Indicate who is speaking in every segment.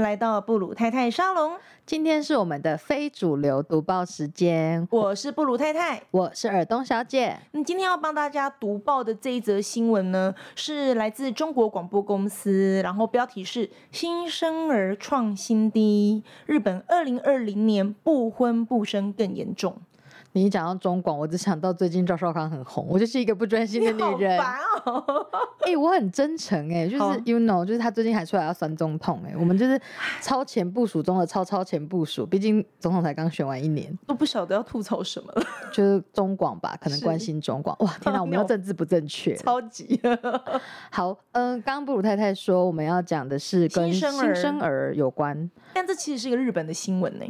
Speaker 1: 来到布鲁太太沙龙，
Speaker 2: 今天是我们的非主流读报时间，
Speaker 1: 我是布鲁太太。
Speaker 2: 我是尔东小姐。
Speaker 1: 嗯，今天要帮大家读报的这一则新闻呢，是来自中国广播公司，然后标题是“新生儿创新低，日本二零二零年不婚不生更严重
Speaker 2: 你一讲到中广，我只想到最近赵少康很红，我就是一个不专”。心
Speaker 1: 你
Speaker 2: 的
Speaker 1: 好
Speaker 2: 女人。
Speaker 1: 烦哦！
Speaker 2: 哎、我很真诚哎、就
Speaker 1: 好
Speaker 2: 是 you know，就是他最近还出来要酸总统哎、我们就是超前部署中的超超前部署，毕竟总统才刚选完一年，
Speaker 1: 都不晓得要吐槽什么了，
Speaker 2: 就是中广吧，可能
Speaker 1: 是
Speaker 2: 关心中广。哇，天哪，我们
Speaker 1: 尿
Speaker 2: 又政治不正 确。
Speaker 1: 超级
Speaker 2: 好，嗯，刚刚布鲁太太说我们要讲的是
Speaker 1: 新
Speaker 2: 跟
Speaker 1: 生儿
Speaker 2: 新生儿有关
Speaker 1: 但这其实是一个日本的新闻呢、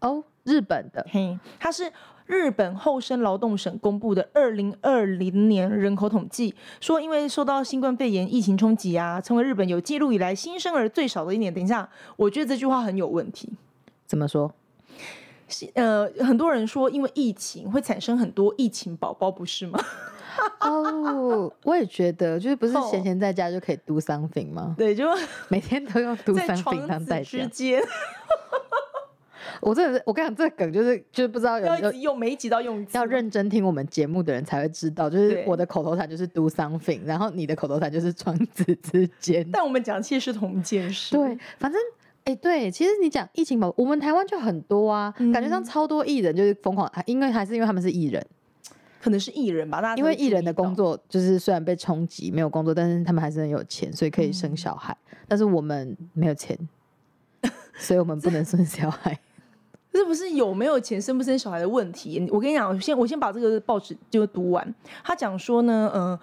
Speaker 2: 哦，日本的
Speaker 1: 嘿，它是日本厚生劳动省公布的二零二零年人口统计，说因为受到新冠肺炎疫情冲击啊，成为日本有记录以来新生儿最少的一年。等一下，我觉得这句话很有问题。
Speaker 2: 怎么说？
Speaker 1: 是呃，很多人说因为疫情会产生很多疫情宝宝，不是吗？
Speaker 2: 哦，我也觉得，就是不是
Speaker 1: 哦
Speaker 2: 闲闲在家就可以 do something 吗？
Speaker 1: 对，就
Speaker 2: 每天都用 do
Speaker 1: 在
Speaker 2: something
Speaker 1: 床
Speaker 2: 当代
Speaker 1: 子之
Speaker 2: 价。
Speaker 1: 间
Speaker 2: 我真的是，我跟你讲，这个梗就是就是不知道有
Speaker 1: 要一
Speaker 2: 有
Speaker 1: 直用，每一集都要用一次
Speaker 2: 要
Speaker 1: 吗。
Speaker 2: 认真听我们节目的人才会知道，就是
Speaker 1: 对
Speaker 2: 我的口头禅就是 do something，然后你的口头禅就是窗子之间。
Speaker 1: 但我们讲其实是同一件事。
Speaker 2: 对，反正。哎、对，其实你讲疫情吧，我们台湾就很多啊，
Speaker 1: 嗯
Speaker 2: 感觉上超多艺人就是疯狂，啊因为还是因为他们是艺人，
Speaker 1: 可能是艺人吧，大家
Speaker 2: 因
Speaker 1: 才
Speaker 2: 为
Speaker 1: 会
Speaker 2: 艺
Speaker 1: 注
Speaker 2: 人的
Speaker 1: 意到
Speaker 2: 工作就是虽然被冲击没有工作，但是他们还是很有钱，所以可以
Speaker 1: 嗯
Speaker 2: 生小孩。但是我们没 有钱，所以我们不能生小孩。
Speaker 1: 这不是有没有钱生不生小孩的问题。我跟你讲，我先我先把这个报纸就读完。他讲说呢，呃，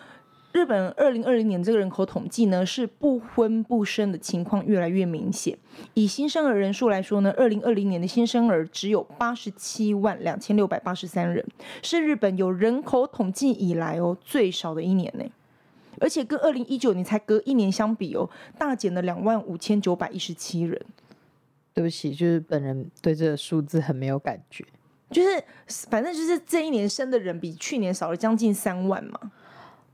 Speaker 1: 日本二零二零年这个人口统计呢，是不婚不生的情况越来越明显。以新生儿人数来说呢，二零二零年的新生儿只有八十七万两千六百八十三人，是日本有人口统计以来哦最少的一年呢。而且跟二零一九年才隔一年相比哦，大减了两万五千九百一十七人。
Speaker 2: 对不起，就是本人对这个数字很没有感觉。
Speaker 1: 就是反正就是这一年生的人比去年少了将近三万嘛，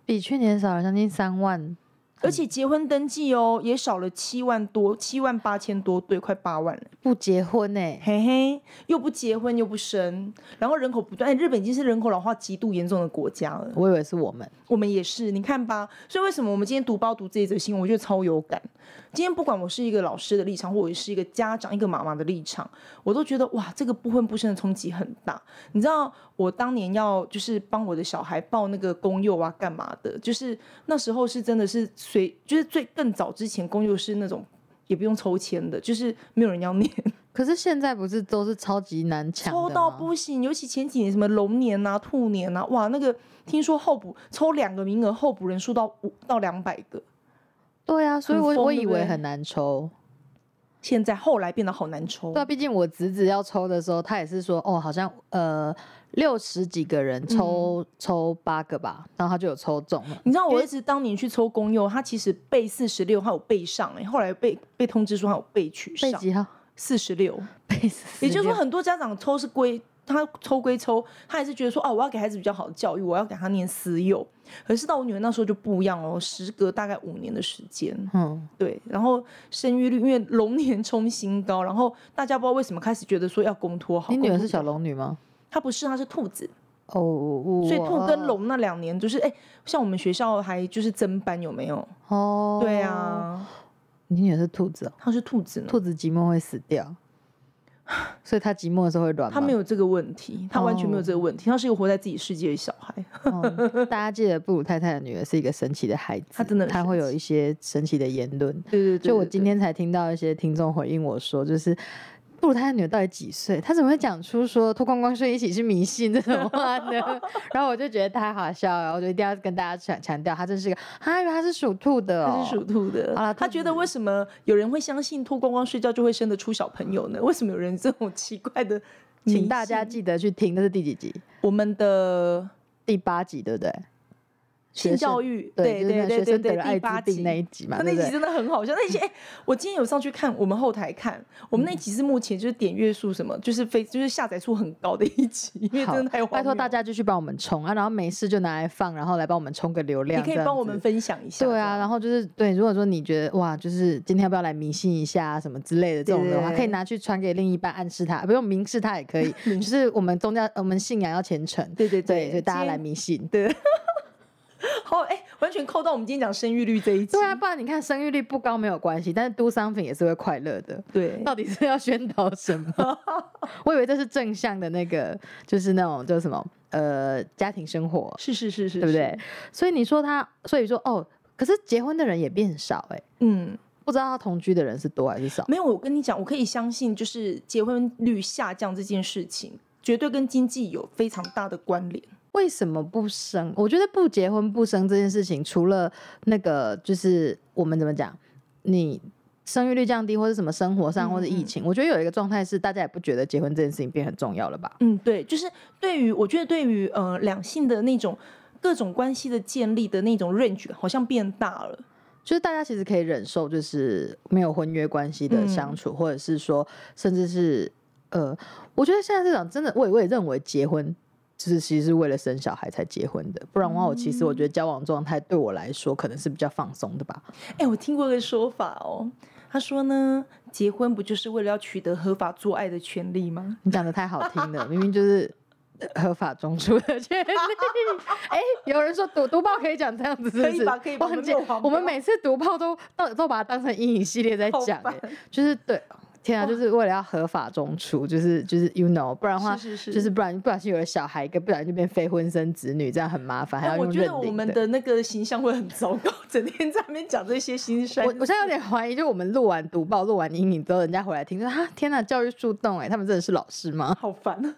Speaker 2: 比去年少了将近三万，
Speaker 1: 而且结婚登记哦也少了七万多，七万八千多对，快八万了，
Speaker 2: 不结婚欸呢、
Speaker 1: 嘿嘿，又不结婚又不生，然后人口不断，哎日本已经是人口老化极度严重的国家了，
Speaker 2: 我以为是我们。
Speaker 1: 我们也是，你看吧，所以为什么我们今天读包读这一则新闻，我觉得超有感。今天不管我是一个老师的立场，或者是一个家长、一个妈妈的立场，我都觉得哇，这个不婚不生的冲击很大。你知道我当年要就是帮我的小孩报那个公幼啊，干嘛的？就是那时候是真的是随，就是最更早之前公幼是那种也不用抽签的，就是没有人要念，
Speaker 2: 可是现在不是都是超级难抢
Speaker 1: 抽
Speaker 2: 的
Speaker 1: 到
Speaker 2: 吗
Speaker 1: 不行。尤其前几年什么龙年啊、兔年啊，哇，那个听说候补抽两个名额，候补人数到五到两百个。
Speaker 2: 对啊，所以
Speaker 1: 很
Speaker 2: 我
Speaker 1: 疯
Speaker 2: 我
Speaker 1: 对
Speaker 2: 以
Speaker 1: 不
Speaker 2: 为
Speaker 1: 对
Speaker 2: 很难抽。
Speaker 1: 现在后来变得好难抽
Speaker 2: 对。啊，毕竟我侄子要抽的时候，他也是说，哦，好像呃六十几个人
Speaker 1: 嗯
Speaker 2: 抽、抽八个吧，然后他就有抽中了。
Speaker 1: 你知道
Speaker 2: 因
Speaker 1: 我
Speaker 2: 为
Speaker 1: 一直当年去抽公幼，他其实背四十六，还有背上哎、后来被被通知说他有被取
Speaker 2: 被
Speaker 1: 上
Speaker 2: 几号？
Speaker 1: 四十六，
Speaker 2: 被四
Speaker 1: 也就是说
Speaker 2: 六
Speaker 1: 很多家长抽是归他抽归抽，他还是觉得说啊，我要给孩子比较好的教育，我要给他念私幼。可是到我女儿那时候就不一样哦，时隔大概五年的时间，
Speaker 2: 嗯，
Speaker 1: 对，然后生育率因为龙年冲新高，然后大家不知道为什么开始觉得说要公托好。
Speaker 2: 你女
Speaker 1: 公托
Speaker 2: 儿是
Speaker 1: 比较
Speaker 2: 小龙女吗？
Speaker 1: 她不是，她是兔子。
Speaker 2: 哦，
Speaker 1: 所
Speaker 2: 所
Speaker 1: 以兔跟龙那两年就是，哎、像我们学校还就是增班有没有？
Speaker 2: 哦，
Speaker 1: 对，啊，
Speaker 2: 你女儿是兔子哦，
Speaker 1: 它是兔子呢，
Speaker 2: 兔子寂寞会死 掉，所以它寂寞的时候会软
Speaker 1: 它
Speaker 2: 吗
Speaker 1: 没有这个问题，它完全没有
Speaker 2: 哦
Speaker 1: 这个问题，它是一个活在自己世界的小孩。
Speaker 2: 嗯大家记得布鲁太太的女儿是一个神奇的孩子，
Speaker 1: 她真的很
Speaker 2: 她会
Speaker 1: 神
Speaker 2: 有一些神奇的言论。
Speaker 1: 对对对
Speaker 2: 就我今天才听到一些听众回应我说，就是布鲁太太女儿到底几岁？她怎么会讲出说脱光光睡一起是迷信这种话 呢？然后我就觉得太好笑了，然后我就一定要跟大家强强调，她真是个啊，原来她是属兔的、哦，
Speaker 1: 它是属兔的，
Speaker 2: 好啦
Speaker 1: 他
Speaker 2: 兔
Speaker 1: 觉得为什么有人会相信脱光光睡觉就会生得出小朋友呢？为什么有人这种奇怪的迷信？
Speaker 2: 请大家记得去听，那是第几集？
Speaker 1: 我们的
Speaker 2: 第八集对不对？
Speaker 1: 性
Speaker 2: 学生
Speaker 1: 教育，
Speaker 2: 对就是
Speaker 1: 对
Speaker 2: 那
Speaker 1: 对
Speaker 2: 学
Speaker 1: 对
Speaker 2: 生得
Speaker 1: 对，
Speaker 2: 了
Speaker 1: 第
Speaker 2: 艾
Speaker 1: 八
Speaker 2: 滋病
Speaker 1: 集
Speaker 2: 那一集嘛，
Speaker 1: 他那
Speaker 2: 对不
Speaker 1: 集
Speaker 2: 对
Speaker 1: 真的很好笑， 那集哎、我今天有上去看，我们后台看，我
Speaker 2: 嗯
Speaker 1: 们那集是目前就是点阅数什么，就是非就是下载数很高的一集，因为
Speaker 2: 好
Speaker 1: 真的太
Speaker 2: 拜托大
Speaker 1: 家，
Speaker 2: 家就去帮我们冲啊，然后没事就拿来放，然后来帮我们冲个流量
Speaker 1: 你
Speaker 2: 这
Speaker 1: 可
Speaker 2: 样子。
Speaker 1: 以帮我们分享一下，
Speaker 2: 对啊，然后就是对，如果说你觉得哇，就是今天要不要来迷信一下、啊、什么之类的这种的话，
Speaker 1: 对
Speaker 2: 可以拿去传给另一半，暗示他，不用 明示他也可以。就是我们宗教，我们信仰要虔诚，
Speaker 1: 这样，对对
Speaker 2: 对，所以
Speaker 1: 对，
Speaker 2: 大家
Speaker 1: 今
Speaker 2: 来
Speaker 1: 天
Speaker 2: 迷信。
Speaker 1: 好哎、完全扣到我们今天讲生育率这一集，
Speaker 2: 对啊，不然你看生育率不高没有关系，但是 do something 也是会快乐的。
Speaker 1: 对
Speaker 2: 到底是要宣导什么？ 我以为这是正向的那个，就是那种叫什么呃家庭生活，
Speaker 1: 是是是是，
Speaker 2: 对不
Speaker 1: 是
Speaker 2: 对？？所以你说他，所以说哦，可是结婚的人也变少哎、
Speaker 1: 嗯，
Speaker 2: 不知道他同居的人是多还是少？
Speaker 1: 没有，我跟你讲，我可以相信，就是结婚率下降这件事情，绝对跟经济有非常大的关联。
Speaker 2: 为什么不生？我觉得不结婚不生这件事情，除了那个就是我们怎么讲，你生育率降低，或者什么生活
Speaker 1: 嗯
Speaker 2: 上，或者疫情，我觉得有一个状态是大家也不觉得结婚这件事情变很重要了吧？
Speaker 1: 嗯，对，就是对于我觉得对于呃两性的那种各种关系的建立的那种 range 好像变大了。
Speaker 2: 就是大家其实可以忍受，就是没有婚约关系的相
Speaker 1: 嗯
Speaker 2: 处，或者是说，甚至是呃，我觉得现在这种真的，我也我也认为结婚。就是其实是为了生小孩才结婚的，不然的话，我其实我
Speaker 1: 嗯
Speaker 2: 觉得交往状态对我来说可能是比较放松的吧。
Speaker 1: 哎，我听过一个说法哦，他说呢，结婚不就是为了要取得合法做爱的权利吗？
Speaker 2: 你讲的太好听了，明明就是合法中出的权利。 哎、有人说读读报可以讲这样子，是不
Speaker 1: 可
Speaker 2: 是？
Speaker 1: 以吧可以吧
Speaker 2: 我
Speaker 1: 我
Speaker 2: 很
Speaker 1: 们
Speaker 2: 简
Speaker 1: 没有黄
Speaker 2: 我们
Speaker 1: 标
Speaker 2: 每次读报都都都把它当成阴影系列在
Speaker 1: 好
Speaker 2: 讲、哎
Speaker 1: 烦
Speaker 2: 就是对，天啊，就是为了要合法中出，就是就是 you know，不然的话。
Speaker 1: 是是是，
Speaker 2: 就是不然不小心有了小孩，跟不然就变非婚生子女，这样很麻烦，还
Speaker 1: 哎。
Speaker 2: 要
Speaker 1: 我
Speaker 2: 用
Speaker 1: 觉
Speaker 2: 认
Speaker 1: 得我
Speaker 2: 领
Speaker 1: 们
Speaker 2: 的
Speaker 1: 的那个形象会很糟糕，整天在那边讲这些心酸
Speaker 2: 我我现在有点怀疑，就我们录完读报、录完阴影之后，人家回来听说，哈、啊天哪，教育树洞、哎，他们真的是老师吗？
Speaker 1: 好烦啊！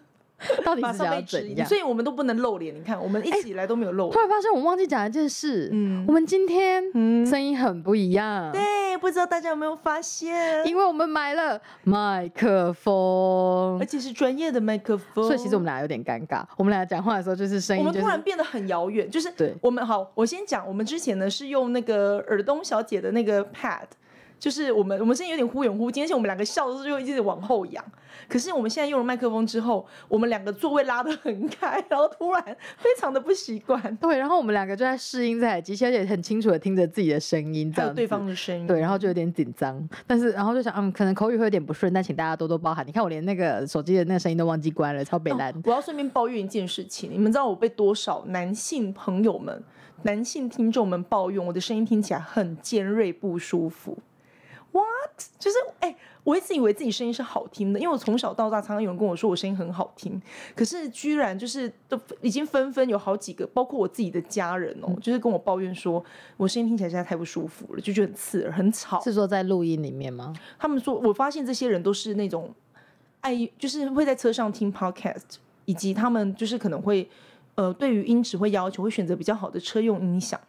Speaker 2: 到底
Speaker 1: 马
Speaker 2: 是想
Speaker 1: 上
Speaker 2: 要
Speaker 1: 被质
Speaker 2: 怎
Speaker 1: 疑，
Speaker 2: 样？哎
Speaker 1: 所以我们都不能露脸。你看，我们一起以来都没有露
Speaker 2: 突
Speaker 1: 脸。啊
Speaker 2: 然发现我忘记讲一件事，
Speaker 1: 嗯
Speaker 2: 我们今天
Speaker 1: 嗯
Speaker 2: 声音很不一样，
Speaker 1: 对，啊不知道大家有没有发现？
Speaker 2: 因为我们买了麦克
Speaker 1: 而
Speaker 2: 风，
Speaker 1: 且是专业的麦克风，
Speaker 2: 所以其实我们俩有点尴尬，我们俩讲话的时候就是声
Speaker 1: 我
Speaker 2: 音
Speaker 1: 们
Speaker 2: 就
Speaker 1: 突然
Speaker 2: 是。
Speaker 1: 变得很遥远，就是
Speaker 2: 对
Speaker 1: 我们好，我先讲，我们之前呢是用那个耳东小姐的那个 pad，就是我们我们之前有点忽远忽近，而且我们两个笑的时候就一直往后仰。可是我们现在用了麦克风之后，我们两个座位拉得很开，然后突然非常的不习惯，
Speaker 2: 对，然后我们两个就在试音这台机器，而且很清楚的听着自己的声音，
Speaker 1: 还
Speaker 2: 这样
Speaker 1: 有
Speaker 2: 子
Speaker 1: 对方的声音，
Speaker 2: 对，然后就有点紧张，但是然后就想，嗯，可能口语会有点不顺，但请大家多多包涵。你看我连那个手机的那个声音都忘记关了，超北蓝。
Speaker 1: 哦我要顺便抱怨一件事情，你们知道我被多少男性朋友们、男性听众们抱怨我的声音听起来很尖锐、不舒服。What？就是哎、我一直以为自己声音是好听的，因为我从小到大常常有人跟我说我声音很好听，可是居然就是都已经纷纷有好几个，包括我自己的家人哦，就是跟我抱怨说我声音听起来实在太不舒服了，就觉得很刺耳、很吵。
Speaker 2: 是说在录音里面吗？
Speaker 1: 他们说，我发现这些人都是那种爱，就是会在车上听 podcast，以及他们就是可能会呃，对于音质会要求，会选择比较好的车用音响。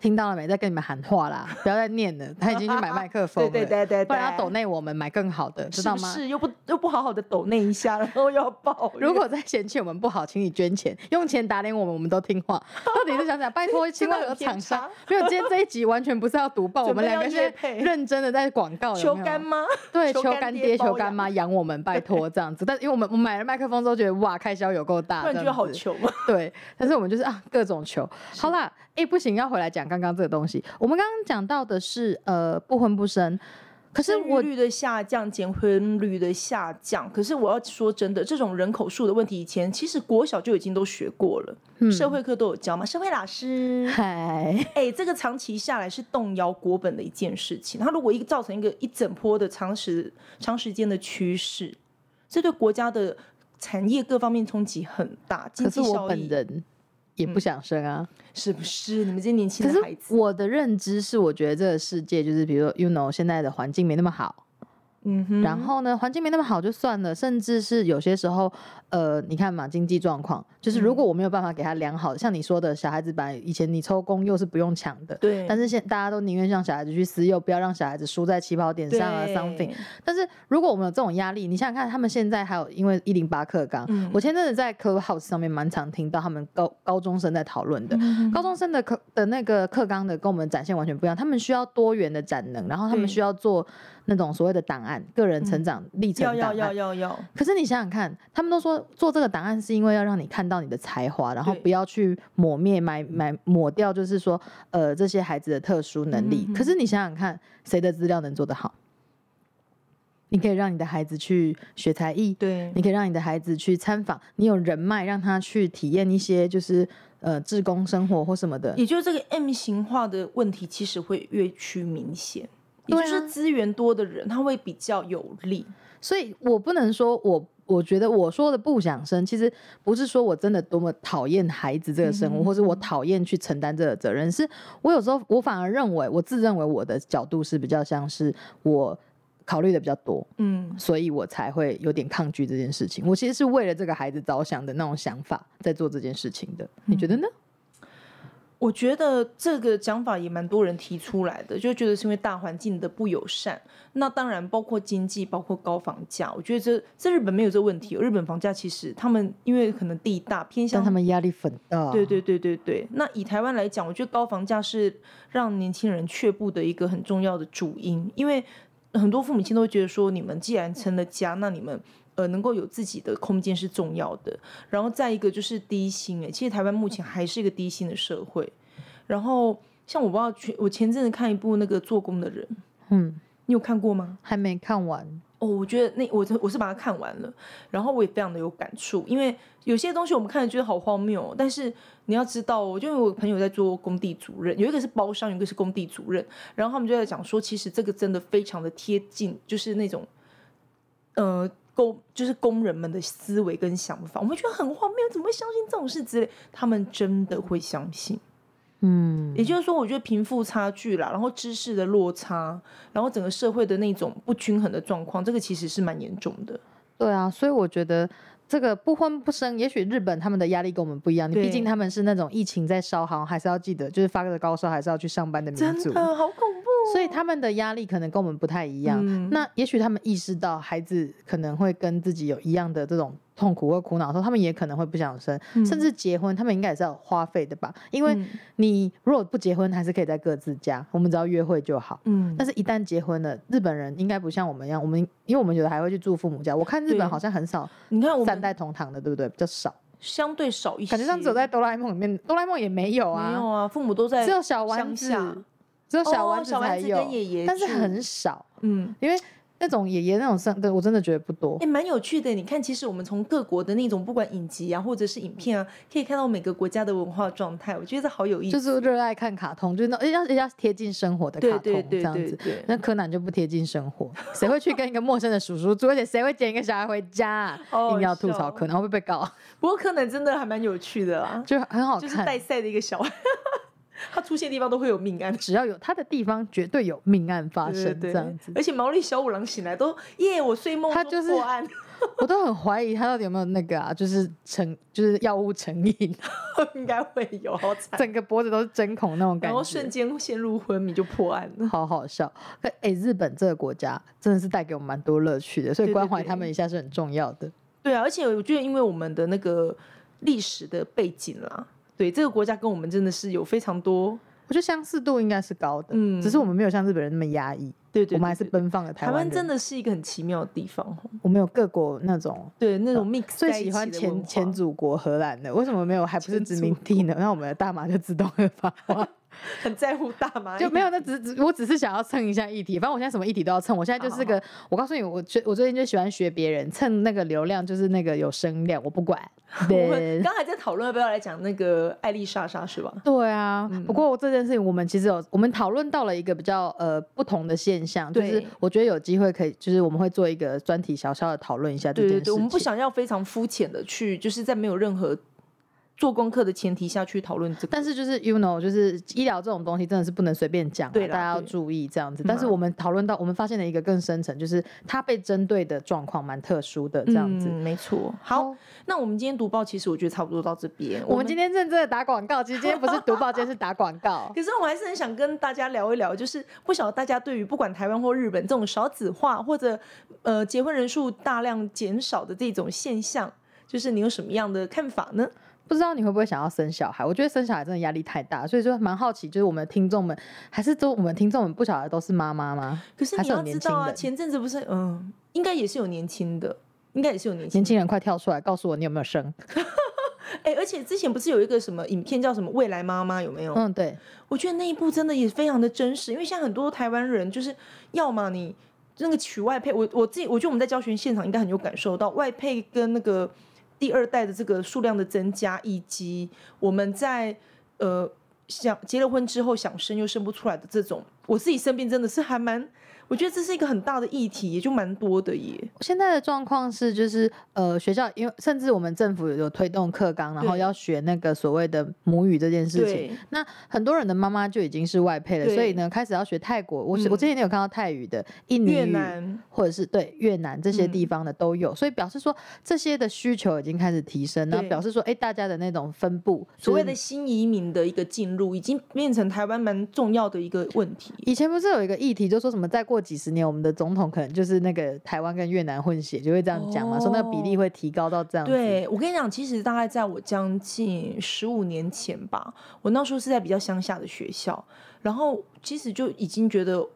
Speaker 2: 听到了没？在跟你们喊 话啦，不要再念了。他已经去买麦克风
Speaker 1: 对
Speaker 2: 了，
Speaker 1: 对对对
Speaker 2: 不然要
Speaker 1: 对，
Speaker 2: 抖内我们买更好的，知
Speaker 1: 是
Speaker 2: 道
Speaker 1: 不
Speaker 2: 吗？
Speaker 1: 是又不又不好好的抖那一下，然后又要爆？
Speaker 2: 如果再嫌弃我们不好，请你捐钱，用钱打脸我们，我们都听 话。到底是想想，拜托，千万有厂商没有？今天这一集完全不是要读报，我
Speaker 1: 准备
Speaker 2: 们两
Speaker 1: 要
Speaker 2: 个
Speaker 1: 业
Speaker 2: 是
Speaker 1: 配
Speaker 2: 认真的在广告，有
Speaker 1: 求
Speaker 2: 没有
Speaker 1: 干妈，
Speaker 2: 对，
Speaker 1: 求
Speaker 2: 求
Speaker 1: 干
Speaker 2: 干
Speaker 1: 爹
Speaker 2: 爹、
Speaker 1: 包
Speaker 2: 求干
Speaker 1: 养
Speaker 2: 妈养我们，拜托这样子。但因为我们我们买了麦克风之后，觉得哇，开销有够大，
Speaker 1: 突然觉得
Speaker 2: 这样
Speaker 1: 好
Speaker 2: 子
Speaker 1: 穷啊！
Speaker 2: 对，但是我们就是啊，各种求。好啦，哎、不行，要回来讲刚刚这个东西。我们刚刚讲到的是呃，不婚不生，可是
Speaker 1: 生育
Speaker 2: 我
Speaker 1: 率的下降，结婚率的下降。可是我要说真的，这种人口数的问题，以前其实国小就已经都学过了，
Speaker 2: 嗯
Speaker 1: 社会课都有教嘛，社会老师。
Speaker 2: 嗨，
Speaker 1: 哎、这个长期下来是动摇国本的一件事情。它如果一个造成一个一整波的长时长时间的趋势，这对国家的产业各方面冲击很大，经
Speaker 2: 可是
Speaker 1: 济
Speaker 2: 我
Speaker 1: 效
Speaker 2: 本
Speaker 1: 益
Speaker 2: 人也不想生啊。
Speaker 1: 是不是？你们这些年轻
Speaker 2: 可
Speaker 1: 的孩
Speaker 2: 是
Speaker 1: 子，
Speaker 2: 我的认知是，我觉得这个世界就是，比如说，you know，现在的环境没那么好，
Speaker 1: 嗯哼，
Speaker 2: 然后呢，环境没那么好就算了，甚至是有些时候，呃，你看嘛，经济状况，就是
Speaker 1: 嗯
Speaker 2: 如果我没有办法给他良好，像你说的小孩子版，以前你抽公幼是不用抢的，
Speaker 1: 对，
Speaker 2: 但
Speaker 1: 是
Speaker 2: 是现大家都宁愿让小孩子去私幼，不要让小孩子输在起跑点上啊，something。但是如果我们有这种压力，你想想看，他们现在还有因为一零八课纲，
Speaker 1: 嗯
Speaker 2: 我前阵子在 Clubhouse 上面蛮常听到他们高高中生在讨论的，
Speaker 1: 嗯
Speaker 2: 高中生的课的那个课纲的跟我们展现完全不一样，他们需要多元的展能，然后他们
Speaker 1: 对
Speaker 2: 需要做那种所谓的档案，个人成长历程
Speaker 1: 要要
Speaker 2: 档
Speaker 1: 要
Speaker 2: 案。
Speaker 1: 要要，
Speaker 2: 可是你想想看，他们都说做这个档案是因为要让你看到你的才华，然后
Speaker 1: 对
Speaker 2: 不要去抹灭、埋埋抹掉，就是说，呃，这些孩子的特殊能力。
Speaker 1: 嗯哼哼
Speaker 2: 可是你想想看，谁的资料能做得好？你可以让你的孩子去学才艺，
Speaker 1: 对
Speaker 2: 你可以让你的孩子去参访，你有人脉让他去体验一些就是呃志工生活或什么的。
Speaker 1: 也就是这个 M 型化的问题，其实会越趋明显。也就
Speaker 2: 对啊
Speaker 1: 是资源多的人，他会比较有利。
Speaker 2: 所以我不能说我。我觉得我说的不想生，其实不是说我真的多么讨厌孩子这个生
Speaker 1: 嗯
Speaker 2: 物，或是我讨厌去承担这个责任。是我有时候我反而认为，我自认为我的角度是比较像是我考虑的比较多，
Speaker 1: 嗯，
Speaker 2: 所以我才会有点抗拒这件事情。我其实是为了这个孩子着想的那种想法在做这件事情的。你觉得
Speaker 1: 嗯
Speaker 2: 呢？
Speaker 1: 我觉得这个讲法也蛮多人提出来的，就觉得是因为大环境的不友善。那当然包括经济，包括高房价。我觉得这在日本没有这问题，日本房价其实他们因为可能地大偏向
Speaker 2: 但他们压力很大。
Speaker 1: 对对对对对。那以台湾来讲，我觉得高房价是让年轻人却步的一个很重要的主因，因为很多父母亲都会觉得说，你们既然成了家，那你们。呃，能够有自己的空间是重要的。然后再一个就是低薪、欸，其实台湾目前还是一个低薪的社会。然后像我不知道前，我前阵子看一部那个做工的人，
Speaker 2: 嗯，
Speaker 1: 你有看过吗？
Speaker 2: 还没看完。
Speaker 1: 哦，我觉得那我是我是把它看完了，然后我也非常的有感触，因为有些东西我们看了觉得好荒谬、哦，但是你要知道、哦，我就有朋友在做工地主任，有一个是包商，有一个是工地主任，然后他们就在讲说，其实这个真的非常的贴近，就是那种，呃。工就是工人们的思维跟想法，我们觉得很荒谬，怎么会相信这种事之类？他们真的会相信。
Speaker 2: 嗯，
Speaker 1: 也就是说，我觉得贫富差距啦，然后知识的落差，然后整个社会的那种不均衡的状况，这个其实是蛮严重的。
Speaker 2: 对啊，所以我觉得这个不婚不生，也许日本他们的压力跟我们不一样，你毕
Speaker 1: 对
Speaker 2: 竟他们是那种疫情在烧，好像还是要记得，就是发个高烧还是要去上班的民
Speaker 1: 真
Speaker 2: 族，
Speaker 1: 的好恐怖。哦
Speaker 2: 所以他们的压力可能跟我们不太一样。
Speaker 1: 嗯
Speaker 2: 那也许他们意识到孩子可能会跟自己有一样的这种痛苦或苦恼的时候，他们也可能会不想生，甚至结婚，他们应该也是要有花费的吧？因为
Speaker 1: 嗯
Speaker 2: 你如果不结婚，还是可以在各自家，我们只要约会就好。
Speaker 1: 嗯，
Speaker 2: 但是，一旦结婚了，日本人应该不像我们一样，我们因为我们有的还会去住父母家。我看日
Speaker 1: 对
Speaker 2: 本好像很少
Speaker 1: 你看我
Speaker 2: 三
Speaker 1: 们
Speaker 2: 代同堂的，对不对？比较少，
Speaker 1: 相对少一些，
Speaker 2: 感觉上只有在哆啦 A 梦里面，哆啦 A 梦也没有啊，
Speaker 1: 没有啊，父母都在
Speaker 2: 只有小丸
Speaker 1: 乡
Speaker 2: 子
Speaker 1: 下，
Speaker 2: 只有小
Speaker 1: 哦
Speaker 2: 丸子
Speaker 1: 小
Speaker 2: 才
Speaker 1: 丸子
Speaker 2: 有，
Speaker 1: 跟爷爷住，
Speaker 2: 但是很少，
Speaker 1: 嗯。
Speaker 2: 因为那种爷爷那种生，对我真的觉得不多
Speaker 1: 也。蛮有趣的，你看，其实我们从各国的那种不管影集啊，或者是影片啊，可以看到每个国家的文化状态，我觉得这好有意思。
Speaker 2: 就是热爱看卡通，就是那要要贴近生活的
Speaker 1: 对
Speaker 2: 卡
Speaker 1: 对
Speaker 2: 通这
Speaker 1: 对
Speaker 2: 样
Speaker 1: 对
Speaker 2: 子。
Speaker 1: 对，
Speaker 2: 那柯南就不贴近生活，谁会去跟一个陌生的叔叔住？而且谁会捡一个小孩回家、啊？
Speaker 1: 好
Speaker 2: 硬要
Speaker 1: 好
Speaker 2: 吐槽
Speaker 1: 笑
Speaker 2: 柯南会不会被告？
Speaker 1: 不过柯南真的还蛮有趣的啊。
Speaker 2: 就很好看，
Speaker 1: 就是带赛的一个小孩，他出现的地方都会有命案
Speaker 2: 只要有他的地方，绝对有命案发生。
Speaker 1: 对对对
Speaker 2: 这样子，
Speaker 1: 而且毛利小五郎醒来都耶，我睡梦
Speaker 2: 他
Speaker 1: 中
Speaker 2: 就是
Speaker 1: 破案，
Speaker 2: 我都很怀疑他到底有没有那个啊，就是成就是药物成瘾，
Speaker 1: 应该会有，好惨。
Speaker 2: 整个脖子都是针孔那种感
Speaker 1: 然后瞬
Speaker 2: 觉。
Speaker 1: 间陷入昏迷就破案了。
Speaker 2: 好好笑，可哎、日本这个国家真的是带给我们蛮多乐趣的，所以
Speaker 1: 对对
Speaker 2: 关怀
Speaker 1: 对
Speaker 2: 他们一下是很重要的。
Speaker 1: 对啊，而且我觉得因为我们的那个历史的背景啦，对这个国家跟我们真的是有非常多，
Speaker 2: 我觉得相似度应该是高的，
Speaker 1: 嗯
Speaker 2: 只是我们没有像日本人那么压抑，
Speaker 1: 对对
Speaker 2: 我们还是
Speaker 1: 对对
Speaker 2: 奔放的
Speaker 1: 台
Speaker 2: 台湾
Speaker 1: 湾
Speaker 2: 人
Speaker 1: 真，的是一个很奇妙的地方哦。
Speaker 2: 我们有各国那种
Speaker 1: 对，那种 mix
Speaker 2: 最
Speaker 1: 在一
Speaker 2: 喜
Speaker 1: 起
Speaker 2: 欢
Speaker 1: 的
Speaker 2: 前
Speaker 1: 文化
Speaker 2: 前祖国荷兰的，为什么没有还不是
Speaker 1: 前
Speaker 2: 殖
Speaker 1: 祖
Speaker 2: 民地呢？那我们的大麻就自动 合法化。
Speaker 1: 很在乎大麻，
Speaker 2: 就没有，那只只我只是想要蹭一下议题，反正我现在什么议题都要蹭。我现
Speaker 1: 哦
Speaker 2: 在就是个，我告诉你，我最我最近就喜欢学别人蹭那个流量，就是那个有声量，我 不管。
Speaker 1: 我们
Speaker 2: 对
Speaker 1: 刚才在讨论要不要来讲那个艾丽莎莎是吧？
Speaker 2: 对啊，
Speaker 1: 嗯
Speaker 2: 不过这件事情我们其实有我们讨论到了一个比较呃不同的现象，就是
Speaker 1: 对
Speaker 2: 我觉得有机会可以，就是我们会做一个专题小小的讨论一下这
Speaker 1: 对对
Speaker 2: 件
Speaker 1: 对，
Speaker 2: 事情。
Speaker 1: 我们不想要非常肤浅的去，就是在没有任何做功课的前提下去讨论这个。
Speaker 2: 但是就是 you know，就是医疗这种东西真的是不能随便讲啊，
Speaker 1: 对啦
Speaker 2: 大家要
Speaker 1: 对
Speaker 2: 注意这样
Speaker 1: 嗯
Speaker 2: 子。
Speaker 1: 啊
Speaker 2: 但是我们讨论到，我们发现了一个更深层，就是他被针对的状况蛮特殊的这样子。
Speaker 1: 嗯没错。好，
Speaker 2: 哦
Speaker 1: 那我们今天读报，其实我觉得差不多到这边。
Speaker 2: 我们今天认真的打广告，其实今天不是读报，今天是打广告。
Speaker 1: 可是我还是很想跟大家聊一聊，就是不晓得大家对于不管台湾或日本这种少子化或者呃结婚人数大量减少的这种现象，就是你有什么样的看法呢？
Speaker 2: 不知道你会不会想要生小孩？我觉得生小孩真的压力太大，所以就蛮好奇，就是我们的听众们，还是都我们听众们不晓得都是妈妈 吗？
Speaker 1: 可是
Speaker 2: 还
Speaker 1: 你
Speaker 2: 是有
Speaker 1: 要知
Speaker 2: 年
Speaker 1: 道
Speaker 2: 轻
Speaker 1: 啊，
Speaker 2: 人
Speaker 1: 前阵子不是嗯、应该也是有年轻的。应该也是有年轻
Speaker 2: 年
Speaker 1: 人，
Speaker 2: 轻人快跳出来告诉我你有没有生？
Speaker 1: 哎、而且之前不是有一个什么影片叫什么《未来妈妈》有没有？
Speaker 2: 嗯，对，
Speaker 1: 我觉得那一部真的也非常的真实，因为现在很多台湾人就是要么你那个娶外配，我我自己我觉得我们在教学现场应该很有感受到外配跟那个第二代的这个数量的增加，以及我们在呃想结了婚之后想生又生不出来的这种，我自己身边真的是还蛮，我觉得这是一个很大的议题，也就蛮多的耶。
Speaker 2: 现在的状况是，就是呃，学校因为甚至我们政府有推动课纲，然后
Speaker 1: 对
Speaker 2: 要学那个所谓的母语这件事情。
Speaker 1: 对，
Speaker 2: 那很多人的妈妈就已经是外配了，
Speaker 1: 对
Speaker 2: 所以呢，开始要学泰国。我、
Speaker 1: 嗯
Speaker 2: 我之前也有看到泰语的、印尼
Speaker 1: 越
Speaker 2: 语，
Speaker 1: 南
Speaker 2: 或者是对越南这些
Speaker 1: 嗯
Speaker 2: 地方的都有，所以表示说这些的需求已经开始提升，然后
Speaker 1: 对
Speaker 2: 表示说，哎，大家的那种分布，
Speaker 1: 所谓
Speaker 2: 就
Speaker 1: 的
Speaker 2: 是
Speaker 1: 新移民的一个进入，已经变成台湾蛮重要的一个问题。
Speaker 2: 以前不是有一个议题，就说什么再过几十年，我们的总统可能就是那个台湾跟越南混血，就会这样讲嘛，说那个比例
Speaker 1: 哦
Speaker 2: 会提高到这样子。
Speaker 1: 对我跟你讲，其实大概在我将近十五年前吧，我那时候是在比较乡下的学校，然后其实就已经觉得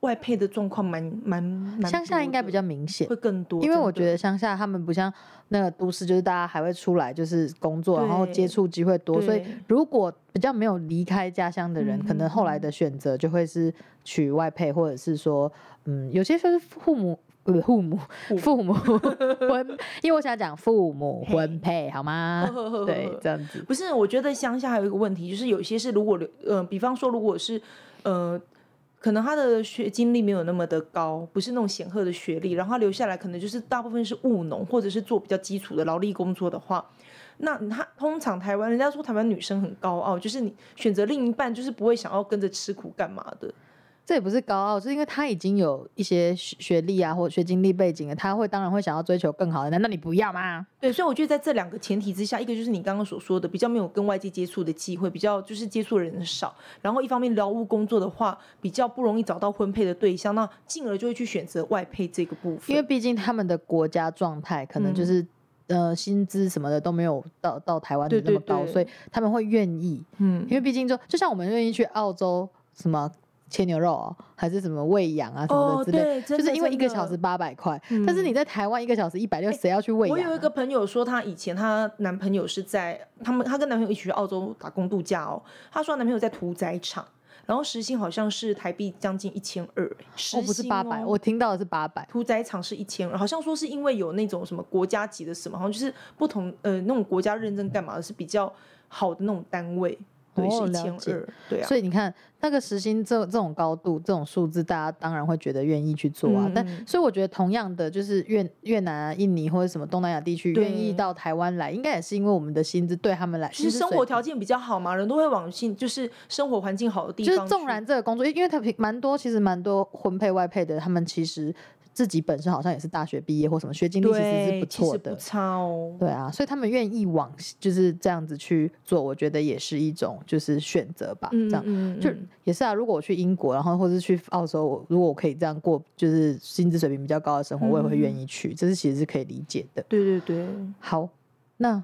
Speaker 1: 外配的状况蛮蛮蛮
Speaker 2: 乡下应该比
Speaker 1: 较
Speaker 2: 较明显
Speaker 1: 会，更多，
Speaker 2: 因为
Speaker 1: 真
Speaker 2: 我
Speaker 1: 的
Speaker 2: 觉得乡下他们不像那个都市，就是大家还会出来就是工作，然后
Speaker 1: 对
Speaker 2: 接触机会多，所以
Speaker 1: 对
Speaker 2: 如果比较没有离开家乡的人，可能后来
Speaker 1: 嗯
Speaker 2: 的选择就会是娶外配，或者是说，嗯，有些就是父母。不是父母，父母婚，因为我想讲父母婚配，好吗
Speaker 1: 呵呵呵呵？
Speaker 2: 对
Speaker 1: 呵，
Speaker 2: 这样子。
Speaker 1: 不是，我觉得乡下还有一个问题，就是有些是如果留呃，比方说如果是呃，可能他的学经历没有那么的高，不是那种显赫的学历，然后他留下来可能就是大部分是务农或者是做比较基础的劳力工作的话。那他通常台湾人家说台湾女生很高傲，就是你选择另一半就是不会想要跟着吃苦干嘛的，
Speaker 2: 这也不是高傲，是因为他已经有一些学学历啊，或学经历背景了，他会当然会想要追求更好的。难道你不要吗？
Speaker 1: 对，所以我觉得在这两个前提之下，一个就是你刚刚所说的比较没有跟外界接触的机会，比较就是接触的人少，然后一方面劳务工作的话，比较不容易找到婚配的对象，那进而就会去选择外配这个部分。
Speaker 2: 因为毕竟他们的国家状态可
Speaker 1: 嗯
Speaker 2: 能就是、呃薪资什么的都没有到到台湾的
Speaker 1: 对
Speaker 2: 那么
Speaker 1: 对
Speaker 2: 高，
Speaker 1: 对
Speaker 2: 所以他们会愿意。
Speaker 1: 嗯
Speaker 2: 因为毕竟就就像我们愿意去澳洲什么切牛肉哦、还是什么喂羊啊什么
Speaker 1: 哦
Speaker 2: 的之类，
Speaker 1: 对，真
Speaker 2: 就
Speaker 1: 的
Speaker 2: 是因为一个
Speaker 1: 真的
Speaker 2: 小时八百块，但是
Speaker 1: 嗯
Speaker 2: 你在台湾一个小时一百六，谁要去喂羊
Speaker 1: 我
Speaker 2: 啊、
Speaker 1: 有一个朋友说，她以前她男朋友是在他们，她跟男朋友一起去澳洲打工度假哦。她说她男朋友在屠宰场，然后时薪好像是台币将近一千二，欸时薪、
Speaker 2: 哦，不是八百，我听到的是八百。
Speaker 1: 屠宰场是一千，好像说是因为有那种什么国家级的什么，好像就是不同呃那种国家认证干嘛的是比较好的那种单位，对，
Speaker 2: 哦
Speaker 1: 是一
Speaker 2: 了
Speaker 1: 千
Speaker 2: 解
Speaker 1: 二，对啊，
Speaker 2: 所以你看，那个时薪这这种高度、这种数字，大家当然会觉得愿意去做啊。
Speaker 1: 嗯嗯
Speaker 2: 但所以我觉得，同样的，就是越越南啊、印尼或者什么东南亚地区
Speaker 1: 对
Speaker 2: 愿意到台湾来，应该也是因为我们的薪资对他们来，
Speaker 1: 就是
Speaker 2: 薪资
Speaker 1: 生
Speaker 2: 水
Speaker 1: 活
Speaker 2: 平
Speaker 1: 条件比较好嘛，人都会往性就是生活环境好的地
Speaker 2: 就
Speaker 1: 方
Speaker 2: 是
Speaker 1: 去，
Speaker 2: 纵然这个工作，因因为他平蛮多，其实蛮多婚配外配的，他们其实自己本身好像也是大学毕业或什么学经历，其实是
Speaker 1: 对，
Speaker 2: 不
Speaker 1: 其
Speaker 2: 错
Speaker 1: 实
Speaker 2: 的
Speaker 1: 不。差哦。
Speaker 2: 对啊，所以他们愿意往就是这样子去做，我觉得也是一种就是选择吧，
Speaker 1: 嗯
Speaker 2: 这样。
Speaker 1: 嗯，
Speaker 2: 就
Speaker 1: 嗯
Speaker 2: 也是啊，如果我去英国，然后或是去澳洲，我如果我可以这样过，就是薪资水平比较高的生活，我也会
Speaker 1: 嗯
Speaker 2: 愿意去，这是其实是可以理解的。
Speaker 1: 对对对，
Speaker 2: 好，那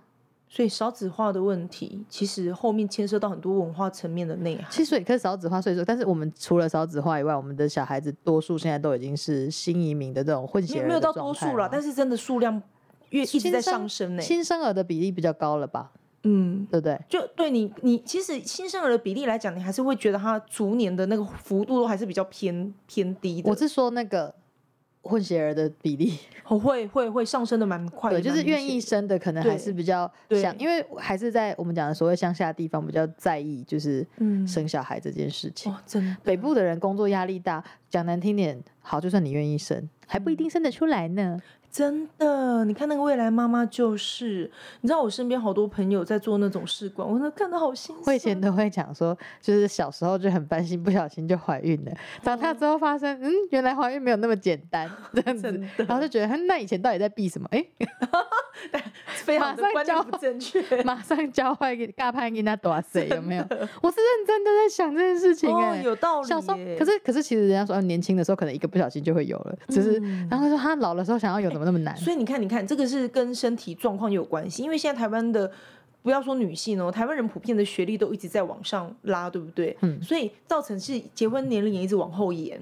Speaker 1: 所以少子化的问题，其实后面牵涉到很多文化层面的内涵。
Speaker 2: 其实也可以少子化，所以说，但是我们除了少子化以外，我们的小孩子多数现在都已经是新移民的这种混
Speaker 1: 没
Speaker 2: 血
Speaker 1: 有
Speaker 2: 儿
Speaker 1: 没有
Speaker 2: 的
Speaker 1: 到
Speaker 2: 状态
Speaker 1: 多数了，但
Speaker 2: 是
Speaker 1: 是真的数量越一直
Speaker 2: 新
Speaker 1: 在
Speaker 2: 生
Speaker 1: 上升呢、
Speaker 2: 新生儿的比例比较高了吧，
Speaker 1: 嗯，
Speaker 2: 对不对？
Speaker 1: 就对你，你其实新生儿的比例来讲，你还是会觉得他逐年的那个幅度都还是比较偏偏低的。
Speaker 2: 我是说那个混血儿的比例。
Speaker 1: 我会会会上升的蛮快的，
Speaker 2: 对，就是
Speaker 1: 蛮明
Speaker 2: 愿
Speaker 1: 显
Speaker 2: 意生的，可能还
Speaker 1: 对
Speaker 2: 是比较
Speaker 1: 对
Speaker 2: 想，因为还是在我们讲的所谓乡下地方比较在意，就是
Speaker 1: 嗯
Speaker 2: 生小孩这件事
Speaker 1: 的
Speaker 2: 情。
Speaker 1: 哦，真的
Speaker 2: 北部
Speaker 1: 嗯
Speaker 2: 的人工作压力大，讲难听点，好，就算你愿意生，还不一定生得出来呢。
Speaker 1: 真的，你看那个未来妈妈就是，你知道我身边好多朋友在做那种试管，我真的看得好心酸。
Speaker 2: 我以前都会讲说，就是小时候就很担心，不小心就怀孕
Speaker 1: 哦
Speaker 2: 了。长大之后发现，嗯，原来怀孕没有那么简 单，这样子
Speaker 1: 真的，
Speaker 2: 然后就觉得，嗯那以前到底在避什么？哎，
Speaker 1: 非常的观
Speaker 2: 马上
Speaker 1: 念
Speaker 2: 教
Speaker 1: 不正确，
Speaker 2: 马上教坏给大潘给他多谁有没有？我是认真的在想这件事情哎、
Speaker 1: 哦，有道理耶。
Speaker 2: 小时候，可是可是，其实人家说，哦年轻的时候可能一个不小心就会有了，只是，
Speaker 1: 嗯
Speaker 2: 然后他说他老的时候想要有怎么那么难？
Speaker 1: 所以你看，你看，这个是跟身体状况有关系，因为现在台湾的。不要说女性哦，台湾人普遍的学历都一直在往上拉，对不对？
Speaker 2: 嗯
Speaker 1: 所以造成是结婚年龄也一直往后延。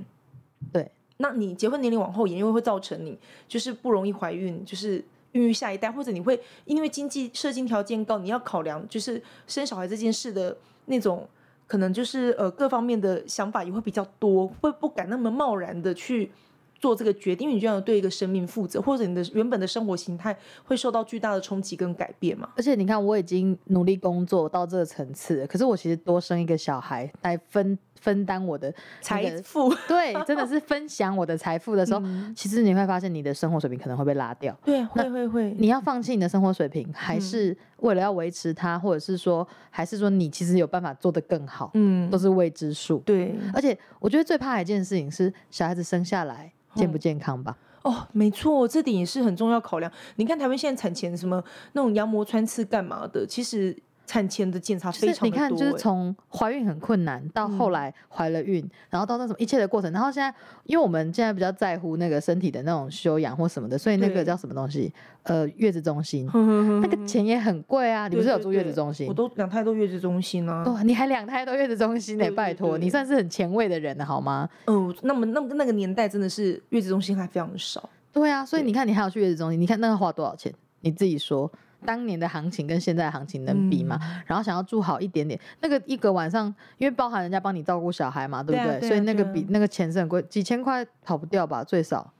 Speaker 2: 对，
Speaker 1: 那你结婚年龄往后延，因为会造成你就是不容易怀孕，就是孕育下一代，或者你会因为经济社经条件高，你要考量就是生小孩这件事的那种可能就是呃各方面的想法也会比较多，会不敢那么贸然的去做这个决定，因为你就要对一个生命负责，或者你的原本的生活形态会受到巨大的冲击跟改变嘛。
Speaker 2: 而且你看，我已经努力工作到这个层次了，可是我其实多生一个小孩来分分担我的那
Speaker 1: 财
Speaker 2: 个
Speaker 1: 富，嗯
Speaker 2: 对，真的是分享我的财富的时候， 其实你会发现你的生活水平可能会被拉掉。
Speaker 1: 对，会会会，
Speaker 2: 你要放弃你的生活水平，
Speaker 1: 嗯
Speaker 2: 还是为了要维持它，或者是说，还是说你其实有办法做得更好，
Speaker 1: 嗯
Speaker 2: 都，是未知数。
Speaker 1: 对，
Speaker 2: 而且我觉得最怕的一件事情是小孩子生下来健
Speaker 1: 嗯
Speaker 2: 不健康吧？
Speaker 1: 哦，没错，这点也是很重要考量。你看台湾现在产前什么那种羊膜穿刺干嘛的，其实产前的检查
Speaker 2: 就
Speaker 1: 非
Speaker 2: 是
Speaker 1: 常
Speaker 2: 你
Speaker 1: 的
Speaker 2: 看，
Speaker 1: 多、
Speaker 2: 就是
Speaker 1: 欸嗯
Speaker 2: 从怀孕很困难到后来怀了孕，然后到那什么一切的过程，然后现在因为我们现在比较在乎那个身体的那种修养或什么的，所以那个
Speaker 1: 对
Speaker 2: 叫什么东西？呃，月子中心。
Speaker 1: 哼哼哼
Speaker 2: 那个
Speaker 1: 哼
Speaker 2: 钱也很贵啊！你不是
Speaker 1: 对
Speaker 2: 有
Speaker 1: 对
Speaker 2: 住月子
Speaker 1: 对
Speaker 2: 中心
Speaker 1: 我？都两胎都月子中心啊。
Speaker 2: 哦，你还两胎都月子中心呢、
Speaker 1: 对对
Speaker 2: 拜托，你
Speaker 1: 对
Speaker 2: 算是很前卫的人了好吗？
Speaker 1: 哦，那么那么那个年代真的是月子中心还非常少。
Speaker 2: 对啊，所以
Speaker 1: 对
Speaker 2: 你看，你还要去月子中心，你看那个花多少钱？你自己说，当年的行情跟现在的行情能比吗？
Speaker 1: 嗯
Speaker 2: 然后想要住好一点点，那个一个晚上，因为包含人家帮你照顾小孩嘛，对不
Speaker 1: 对
Speaker 2: 对？
Speaker 1: 啊对啊
Speaker 2: 所以那个
Speaker 1: 对啊
Speaker 2: 比那个钱是很贵，几千块跑不掉吧？最少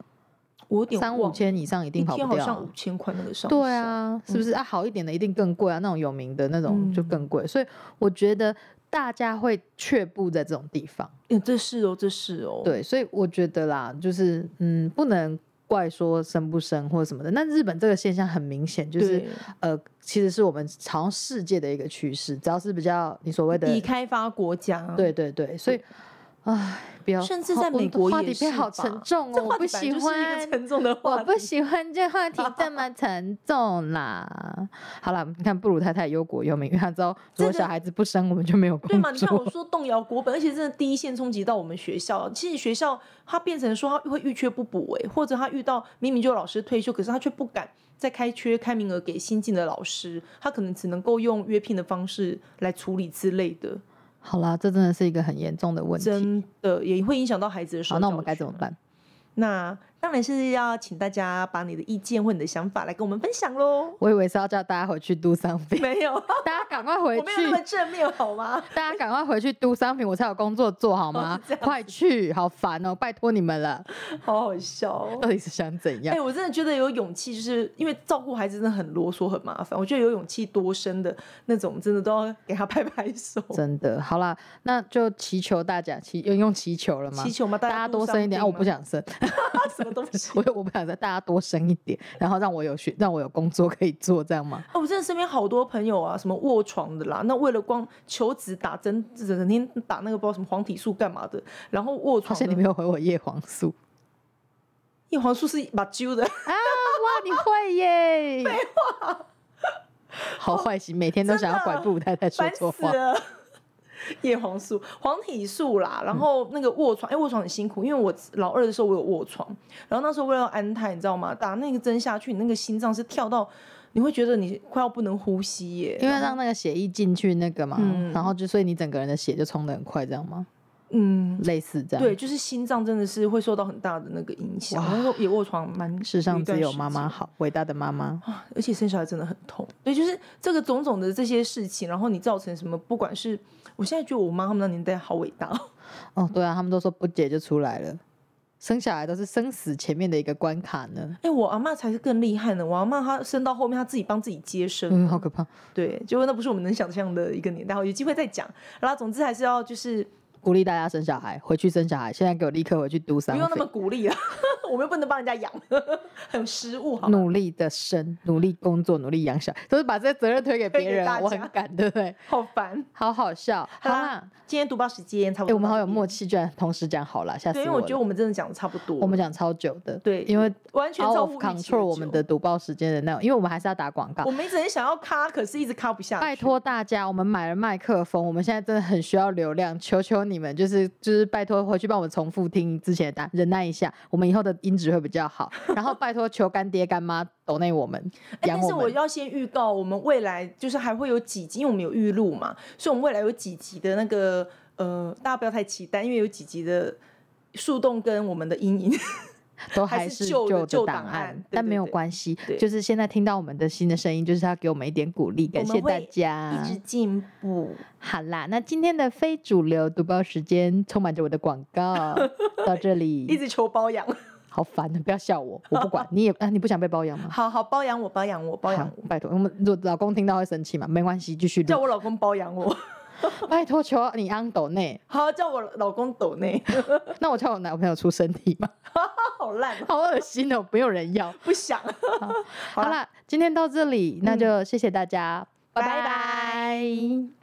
Speaker 1: 我有点
Speaker 2: 三
Speaker 1: 忘
Speaker 2: 五
Speaker 1: 了
Speaker 2: 千以上一
Speaker 1: 一
Speaker 2: 定跑
Speaker 1: 天
Speaker 2: 不
Speaker 1: 好
Speaker 2: 掉
Speaker 1: 像
Speaker 2: 啊
Speaker 1: 五。千块那个上
Speaker 2: 对
Speaker 1: 下，
Speaker 2: 啊，是不是啊？好一点的一定更贵啊，那种有名的那种就
Speaker 1: 嗯
Speaker 2: 更贵，所以我觉得大家会却步在这种地方。
Speaker 1: 嗯，这是哦，这是哦，，
Speaker 2: 对，所以我觉得啦，就是嗯，不能怪说生不生或者什么的。那日本这个现象很明显，就是呃，其实是我们好像世界的一个趋势，只要是比较你所谓的
Speaker 1: 已开发国家，
Speaker 2: 对对对，所以唉，不要，
Speaker 1: 甚至
Speaker 2: 好
Speaker 1: 在
Speaker 2: 我
Speaker 1: 美
Speaker 2: 们的
Speaker 1: 国
Speaker 2: 话
Speaker 1: 也
Speaker 2: 题变
Speaker 1: 是
Speaker 2: 好
Speaker 1: 吧
Speaker 2: 沉重
Speaker 1: 这
Speaker 2: 哦，
Speaker 1: 话
Speaker 2: 我不
Speaker 1: 题本来
Speaker 2: 喜
Speaker 1: 就是一
Speaker 2: 欢
Speaker 1: 个。沉重的
Speaker 2: 我
Speaker 1: 话
Speaker 2: 不
Speaker 1: 题。
Speaker 2: 喜欢这话题这么沉重啦。好啦，你看布鲁太太忧国忧民，因为她知道如
Speaker 1: 这
Speaker 2: 果
Speaker 1: 个
Speaker 2: 小孩子不生，我们就没有工
Speaker 1: 对嘛？
Speaker 2: 作。
Speaker 1: 你看我说动摇国本，而且真的第一线冲击到我们学校。其实学校它变成说它会遇缺不补哎、或者他遇到明明就有老师退休，可是他却不敢再开缺开名额给新进的老师，他可能只能够用约聘的方式来处理之类的，
Speaker 2: 好啦，这真的是一个很严重的问题。
Speaker 1: 真的也会影响到孩子的受
Speaker 2: 好，那我们
Speaker 1: 教
Speaker 2: 该
Speaker 1: 权
Speaker 2: 怎么
Speaker 1: 啊
Speaker 2: 办？
Speaker 1: 那当然是要请大家把你的意见或你的想法来跟我们分享喽。
Speaker 2: 我以为是要叫大家回去 do something，
Speaker 1: 没有， 我
Speaker 2: 哦大家赶快回
Speaker 1: 没有那么
Speaker 2: 去，
Speaker 1: 正面好吗？
Speaker 2: 大家赶快回去 do something，我才有工作做好吗
Speaker 1: 哦是这样？子
Speaker 2: 快去，好烦哦，拜托你们了，
Speaker 1: 好好笑、哦。
Speaker 2: 到底是想怎
Speaker 1: 哎、
Speaker 2: 样？
Speaker 1: 我真的觉得有勇气，就是因为照顾孩子真的很啰嗦、很麻烦。我觉得有勇气多生的那种，真的都要给他拍拍手，
Speaker 2: 真的，好啦，那就祈求大家祈用用祈求了吗
Speaker 1: 祈？求嘛，
Speaker 2: 大
Speaker 1: 大家
Speaker 2: 家
Speaker 1: do
Speaker 2: 多生一点
Speaker 1: something
Speaker 2: 啊！我不
Speaker 1: 嘛，
Speaker 2: 想生，
Speaker 1: 什么东西。
Speaker 2: 我我不想生，大家多生一点，然后让我有学，让我有工作可以做，这样吗？
Speaker 1: 哦，我真的身边好多朋友啊，什么卧床的啦，那为了光求子打针，整整天打那个不知道什么黄体素干嘛的，然后卧
Speaker 2: 好
Speaker 1: 床
Speaker 2: 像你
Speaker 1: 的
Speaker 2: 没有回我叶黄素
Speaker 1: 叶黄素是把揪的，
Speaker 2: 啊！哇，你会耶！废话， 好坏心，每天都想要拐
Speaker 1: 真的
Speaker 2: 布鲁太太说
Speaker 1: 烦
Speaker 2: 错
Speaker 1: 死
Speaker 2: 话。
Speaker 1: 了。叶黄素、黄体素啦，
Speaker 2: 嗯
Speaker 1: 然后那个卧床，哎、卧床很辛苦，因为我老二的时候我有卧床，然后那时候为了要安胎，你知道吗？打那个针下去，你那个心脏是跳到，你会觉得你快要不能呼吸耶。
Speaker 2: 因为让那个血液进去那个嘛，
Speaker 1: 嗯
Speaker 2: 然后就所以你整个人的血就冲得很快，这样吗？
Speaker 1: 嗯，
Speaker 2: 类似这样。
Speaker 1: 对，，就是心脏真的是会受到很大的那个影响。
Speaker 2: 哇
Speaker 1: 那时候也卧床蛮，
Speaker 2: 世上只有妈
Speaker 1: 一段时间
Speaker 2: 妈好，伟大的妈妈。
Speaker 1: 啊，而且生小孩真的很痛。对，就是这个种种的这些事情，然后你造成什么，不管是我现在觉得我妈他们那年代好伟大哦，
Speaker 2: 哦，对啊，他们都说不解就出来了，生小孩都是生死前面的一个关卡呢。
Speaker 1: 哎、我阿妈才是更厉害呢。我阿妈她生到后面，她自己帮自己接生，
Speaker 2: 嗯，好可怕。
Speaker 1: 对，就那不是我们能想象的一个年代。好有机会再讲。然后，总之还是要就是
Speaker 2: 鼓励大家生小孩，回去生小孩，现在给我立刻回去 do
Speaker 1: 不
Speaker 2: something，
Speaker 1: 用那么鼓励啊， 我们又不能帮人家养， 很失误好吗？啊
Speaker 2: 努力的生，努力工作，努力养小孩，都是把这责任推给
Speaker 1: 推
Speaker 2: 别
Speaker 1: 给
Speaker 2: 人啊，
Speaker 1: 大
Speaker 2: 我
Speaker 1: 家
Speaker 2: 很敢，对不对？
Speaker 1: 好烦。
Speaker 2: 好好笑，好
Speaker 1: 啦
Speaker 2: 啦，
Speaker 1: 今天读报时间差不
Speaker 2: 哎、
Speaker 1: 多，
Speaker 2: 我们好有默
Speaker 1: 契。
Speaker 2: 契，居然同时讲好啦，吓死
Speaker 1: 对，
Speaker 2: 我
Speaker 1: 因
Speaker 2: 了！
Speaker 1: 为我觉得我们真的讲的差不多，
Speaker 2: 我们讲超久的，
Speaker 1: 对
Speaker 2: 因为
Speaker 1: 完全
Speaker 2: out
Speaker 1: 超
Speaker 2: of
Speaker 1: 乎预期
Speaker 2: control 我们的
Speaker 1: 久，
Speaker 2: 读报时间的内容，因为我们还是要打广告
Speaker 1: 我。们一直很想要卡，可是一直卡不下去。
Speaker 2: 拜托大家，我们买了麦克风，我们现在真的很需要流量，求求你们，就是就是拜托回去帮我们重复听之前的答案，忍耐一下，我们以后的音质会比 较好。然后拜托求干爹干妈抖内我们
Speaker 1: 哎，
Speaker 2: 养
Speaker 1: 但是
Speaker 2: 我
Speaker 1: 我
Speaker 2: 们。
Speaker 1: 要先预告，我们未来就是还会有几集，因为我们有预录嘛，所以我们未来有几集的那个呃，大家不要太期待，因为有几集的树洞跟我们
Speaker 2: 啊
Speaker 1: 的阴影，
Speaker 2: 都
Speaker 1: 还
Speaker 2: 还
Speaker 1: 是
Speaker 2: 是
Speaker 1: 旧的
Speaker 2: 旧
Speaker 1: 旧
Speaker 2: 档
Speaker 1: 档案对
Speaker 2: 但
Speaker 1: 对
Speaker 2: 没有
Speaker 1: 对
Speaker 2: 关系
Speaker 1: 对，
Speaker 2: 就是现在听到我们的新的声音，就是要给我们一点鼓励，感
Speaker 1: 我
Speaker 2: 谢
Speaker 1: 们
Speaker 2: 大
Speaker 1: 会
Speaker 2: 家。
Speaker 1: 一直进步。
Speaker 2: 好啦，那今天的非主流读报时间充满着我的广 告到这
Speaker 1: 一
Speaker 2: 里，
Speaker 1: 直求包养，
Speaker 2: 好烦啊！不要笑我，我不管你也啊，你不想被包养吗？
Speaker 1: 好好包养我，包养我，包养
Speaker 2: 好
Speaker 1: 我，
Speaker 2: 拜托，我们如果老公听到会生气嘛？没关系，继续
Speaker 1: 叫
Speaker 2: 录。
Speaker 1: 我老公包养我，
Speaker 2: 拜托，求你安斗内，
Speaker 1: 好叫我老公抖内，
Speaker 2: 那我叫我男朋友出身体吗？
Speaker 1: 好烂哦，
Speaker 2: 好恶心哦，没有人要。
Speaker 1: 不想。
Speaker 2: 好啦，今天到这里，那
Speaker 1: 嗯
Speaker 2: 就谢谢大家，
Speaker 1: 拜
Speaker 2: 拜拜